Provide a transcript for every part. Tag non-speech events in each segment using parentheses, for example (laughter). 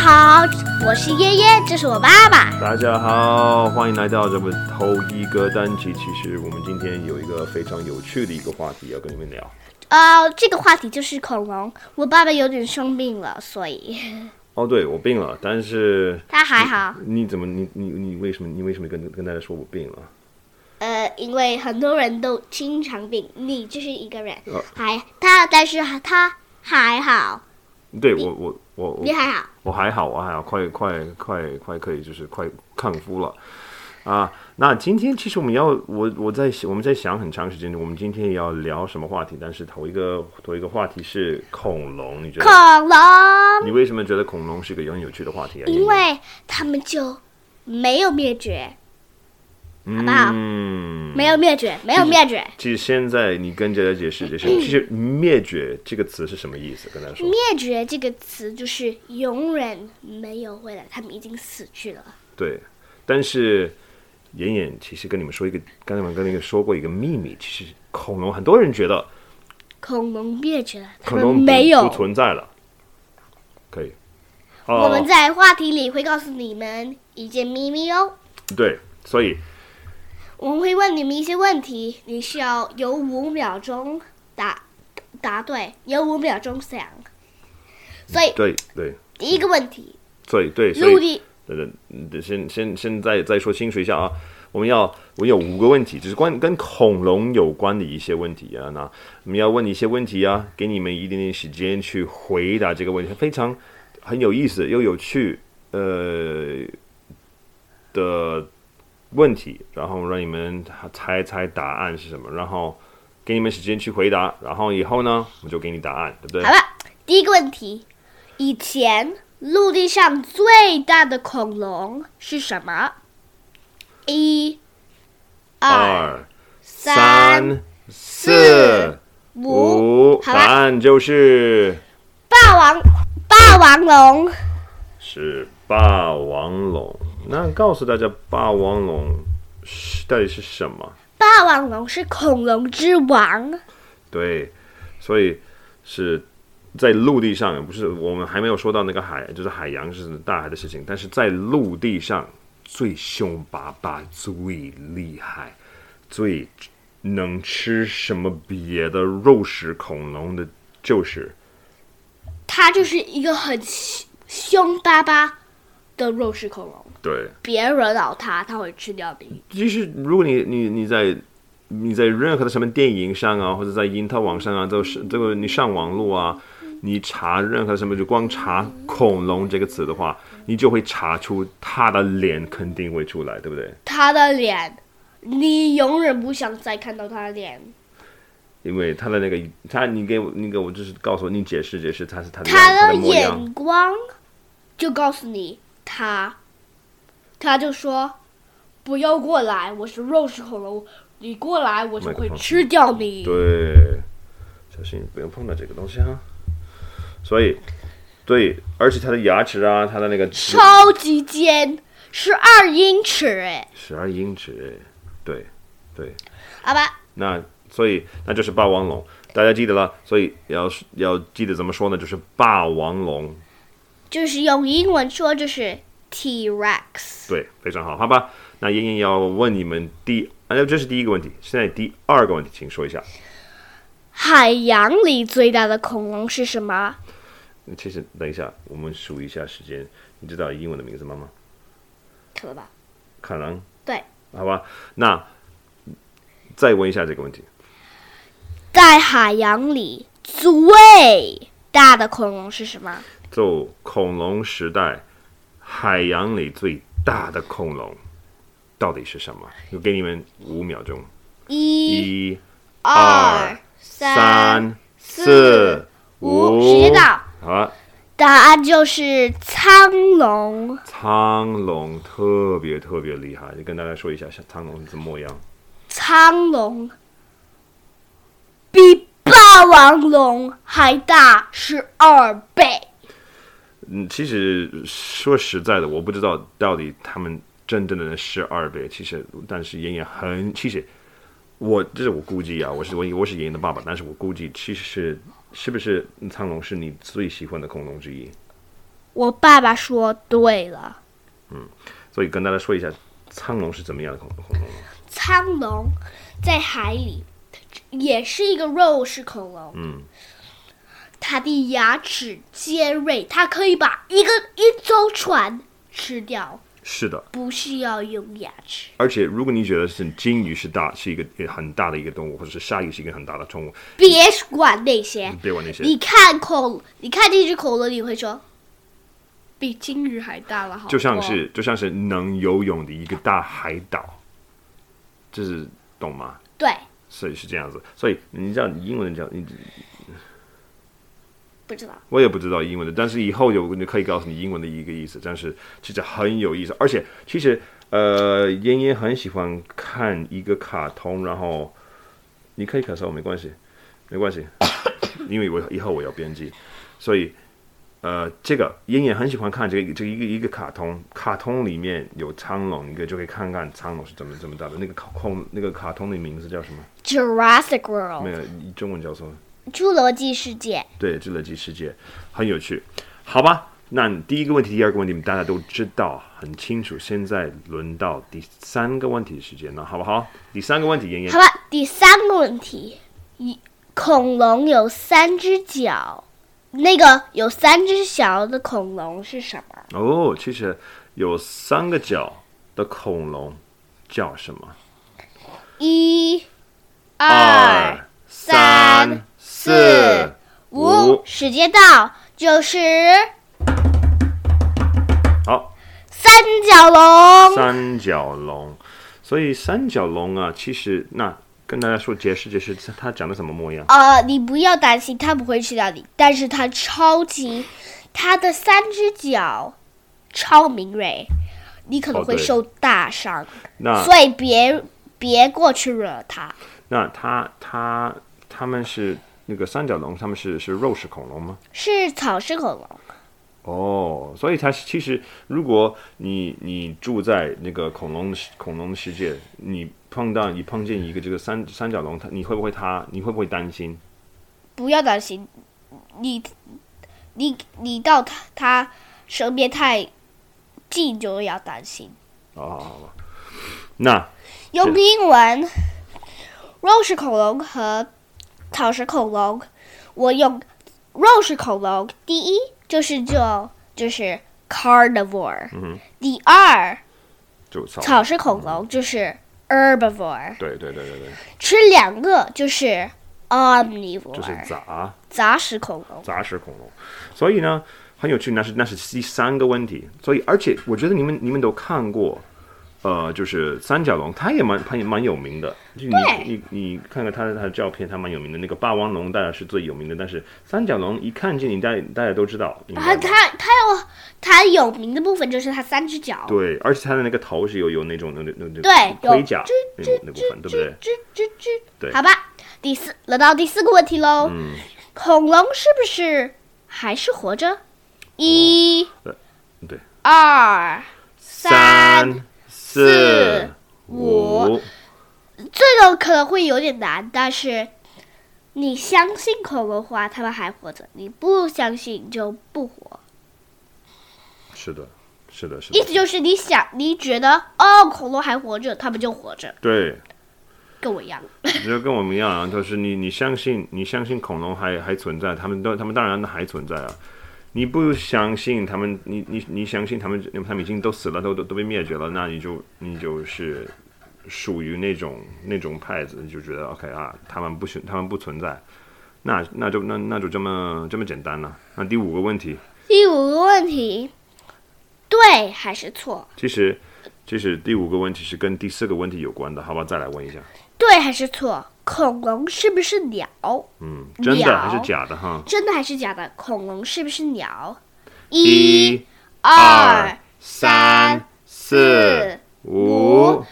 好，我是耶耶，这是我爸爸。大家好，欢迎来到这个头一个单集。其实我们今天有一个非常有趣的一个话题要跟你们聊。呃，这个话题就是恐龙。我爸爸有点生病了，所以 (laughs) 哦，对我病了，但是他还好。你怎么你你你为什么你为什么跟跟大家说我病了？呃，因为很多人都经常病，你就是一个人呃，还他，但是他还好，对我我我我你还好。我还好，我还好，快快快快可以，就是快康复了啊。那今天其实我们要，我我在想我们在想很长时间，我们今天要聊什么话题？但是头一个头一个话题是恐龙，你觉得？恐龙，你为什么觉得恐龙是个很有趣的话题啊？因为他们就没有灭绝，吧嗯，没有灭绝，没有灭 (laughs) 绝。其实现在你跟大家解释解 (coughs) 释，其实“灭绝”这个词是什么意思？跟大家说，灭绝这个词就是永远没有回来，他们已经死去了。对，但是。妍妍其实跟你们说一个，刚才我们跟那个说过一个秘密，其实恐龙很多人觉得恐龙灭绝了，他可们能没有不存在了。可以，哦、我们在话题里会告诉你们一件秘密哦。对，所以我们会问你们一些问题，你需要有五秒钟答答对，有五秒钟想。所以对对，第一个问题，所以对，所陆以地呃，呃先先先再再说清楚一下啊。我们要，我有五个问题，就是关跟恐龙有关的一些问题啊。那我们要问一些问题啊，给你们一点点时间去回答这个问题，非常很有意思又有趣，呃的问题，然后让你们猜猜答案是什么，然后给你们时间去回答，然后以后呢，我就给你答案，对不对好？了，第一个问题，以前陆地上最大的恐龙是什么？一、二、二、三、三、四、五，五，好吧答案就是。霸王霸王龙。是霸王龙。那告诉大家，霸王龙是到底是什么？霸王龙是恐龙之王，对，所以是在陆地上，不是我们还没有说到那个海，就是海洋是大海的事情，但是在陆地上最凶巴巴、最厉害、最能吃什么别的肉食恐龙的，就是它就是一个很凶凶巴巴的肉食恐龙，对。别惹恼它，它会吃掉你。其实如果你你你在你在任何的什么电影上啊，或者在因特网上啊，都是这个你上网络啊，你查任何什么，就光查“恐龙”这个词的话，你就会查出它的脸肯定会出来，对不对？它的脸，你永远不想再看到它的脸。因为它的那个它，你给我你给我就是告诉我，你解释解释它是它的样子它它的的模样。眼光就告诉你，它，它就说：“不要过来，我是肉食恐龙，你过来我就麦克会风吃掉你。”对，小心不用碰到这个东西哈。所以，对，而且它的牙齿啊，它的那个超级尖，十二英尺哎，十二英尺，对对。好吧，那所以那就是霸王龙，大家记得了。所以要是要记得怎么说呢？就是霸王龙，就是用英文说就是 T Rex。对，非常好，好吧。那燕燕要问你们第，啊，这是第一个问题，现在第二个问题，请说一下。海洋里最大的恐龙是什么？其实等一下，我们数一下时间，你知道英文的名字吗？吗？可能吧？可能，对，好吧。那再问一下这个问题，在海洋里最大的恐龙是什么？就恐龙时代海洋里最大的恐龙到底是什么？我给你们五秒钟，一、一。二二、三、四、五。五，时间到，好啊，答案就是苍龙。苍龙特别特别厉害，就跟大家说一下，像苍龙是怎么样？苍龙比霸王龙还大十二倍。嗯，其实说实在的，我不知道到底他们真正的十二倍。其实，但是妍妍很，其实我这是我估计啊，我是我我是妍妍的爸爸，但是我估计其实是是不是苍龙是你最喜欢的恐龙之一？我爸爸说对了，所以跟大家说一下，苍龙是怎么样的恐恐龙呢？苍龙在海里也是一个肉食恐龙，嗯，它的牙齿尖锐，它可以把一个一艘船吃掉，是的，不需要用牙齿。而且如果你觉得是鲸鱼是大是一个很大的一个动物，或者是鲨鱼是一个很大的动物，别管那些，别管那些，你看恐，你看这只恐龙，你会说比鲸鱼还大了好多，就像是就像是能游泳的一个大海岛，这是懂吗？对，所以是这样子，所以你知道你英文叫你，不知道。我也不知道英文的，但是以后有我就可以告诉你英文的一个意思，但是其实很有意思，而且其实呃，妍妍很喜欢看一个卡通，然后你可以咳嗽，没关系，没关系， (coughs) 因为我以后我要编辑，所以呃，这个妍妍很喜欢看这个这个一个一个卡通，卡通里面有苍龙，你可以就可以看看苍龙是怎么怎么大的，那个卡通那个卡通的名字叫什么？ Jurassic 没 World，有，中文叫什么？侏罗纪世界。对，侏罗纪世界很有趣，好吧？那第一个问题、第二个问题，你们大家都知道很清楚。现在轮到第三个问题的时间了，好不好？第三个问题，妍妍好，吧，第三个问题，一恐龙有三只脚，那个有三只脚的恐龙是什么？哦，其实有三个角的恐龙叫什么？一、二、三、四四、五五，时间到，就是好，三角龙。三角龙。所以三角龙啊，其实那跟大家说解释解释，它长得什么模样？呃，你不要担心，它不会吃掉你，但是它超级，它的三只脚超敏锐，你可能哦会对啊受大伤，那所以别别过去惹它。那它它它们是那个三角龙，它们是是肉食恐龙吗？是草食恐龙，哦，所以它是其实如果你你住在那个恐龙的世恐龙的世界，你碰到你碰见一个这个三三角龙，它你会不会它你会不会担心？不要担心，你你你到它它身边太近就要担心。哦，好好吧。那用英文，肉食恐龙和草食恐龙，我用肉食恐龙，第一就是就就是 carnivore，、嗯哼第二就草草食恐龙就是 herbivore，对对对对对，吃两个就是 omnivore，就是杂杂食恐龙。杂食恐龙。所以呢，很有趣，那是那是第三个问题。所以，而且我觉得你们你们都看过，呃，就是三角龙，它也蛮它也蛮有名的。就你对你你看看它的它的照片，它蛮有名的。那个霸王龙当然是最有名的，但是三角龙一看见你，大家大家都知道。应啊它该吧它它有它有名的部分就是它三只脚，对，而且它的那个头是有有那种那那那对有盔甲吱那吱种那部吱分，对不对？吱吱吱对好吧，第四轮到第四个问题喽，嗯恐龙是不是还是活着？一、呃对，二，三四四五，这个可能会有点难，但是你相信恐龙的话，它们还活着；你不相信就不活。是的，是的，是意的，思就是你想，你觉得哦，恐龙还活着，它们就活着，对。跟我一样。就跟我们一样啊，就是你你相信你相信恐龙还还存在，他们都他们当然还存在啊。你不相信他们，你你你相信他们，他们已经都死了，都都都被灭绝了，那你就你就是属于那种那种派子，你就觉得 OK 啊，他们不存他们不存在，那那就那那就这么这么简单了、那第五个问题，第五个问题，对还是错？其实其实第五个问题是跟第四个问题有关的，好吧？再来问一下，对还是错？恐龙是不是鸟？嗯，真的还是鸟假的哈？真的还是假的？恐龙是不是鸟？一。二，三、四、五五，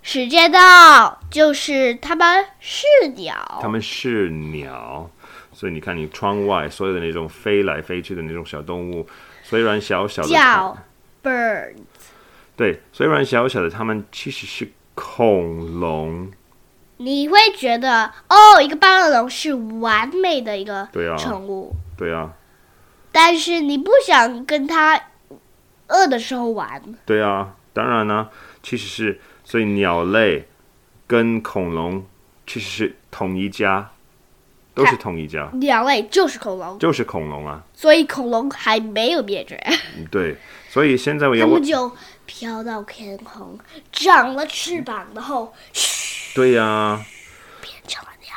时间到，就是它们是鸟。它们是鸟，所以你看，你窗外所有的那种飞来飞去的那种小动物，虽然小小的，叫 bird，对，虽然小小的，它们其实是恐龙，你会觉得哦，一个霸王龙是完美的一个对啊宠物，对啊，但是你不想跟它饿的时候玩。对啊，当然呢、其实是所以鸟类跟恐龙其实是同一家，都是同一家，鸟类就是恐龙，就是恐龙啊。所以恐龙还没有灭绝，嗯对，所以现在我它 (laughs) 要们问，就飘到天空，长了翅膀，然后嗯嘘，对呀、变成了鸟。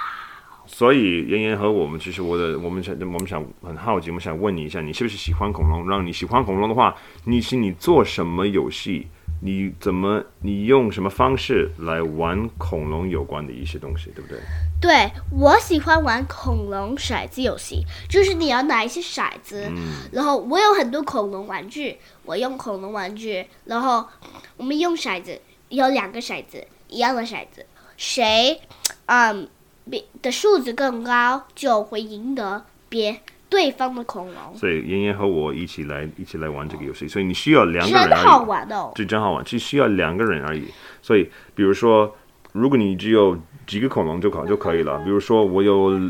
所以妍妍和我们，其实我的我们想我们想很好奇，我们想问你一下，你是不是喜欢恐龙？让你喜欢恐龙的话，你是你做什么游戏？你怎么你用什么方式来玩恐龙有关的一些东西，对不对？对我喜欢玩恐龙骰子游戏，就是你要拿一些骰子，嗯然后我有很多恐龙玩具，我用恐龙玩具，然后我们用骰子，有两个骰子一样的骰子，谁嗯比的数字更高就会赢得别对方的恐龙，所以妍妍和我一起来一起来玩这个游戏，所以你需要两个人真而已。好玩哦！这真好玩，只需要两个人而已。所以，比如说，如果你只有几个恐龙就可就可以了。比如说，我有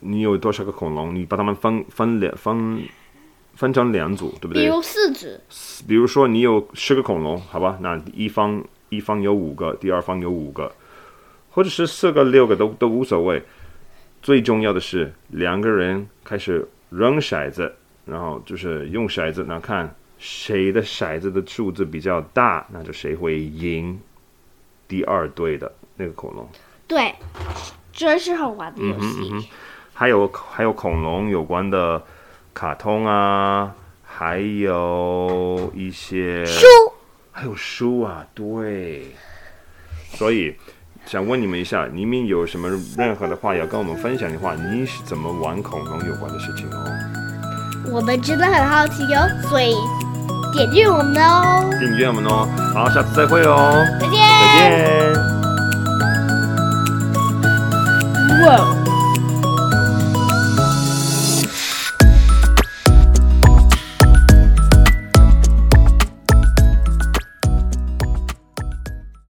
你有多少个恐龙，你把它们分分两分分成两组，对比不对？如四只，比如说，你有十个恐龙，好吧，那一方一方有五个，第二方有五个，或者是四个、六个都都无所谓。最重要的是，两个人开始扔骰子，然后就是用骰子，那看谁的骰子的数字比较大，那就谁会赢第二队的那个恐龙。对，真是好玩的游戏。还有还有恐龙有关的卡通啊，还有一些书还有书啊，对。所以想问你们一下，你们有什么任何的话要跟我们分享的话，你是怎么玩恐龙有关的事情哦？我们真的很好奇哟，所以点击我们哦。订阅我们哦，好，下次再会哦，再见。再见。哇哦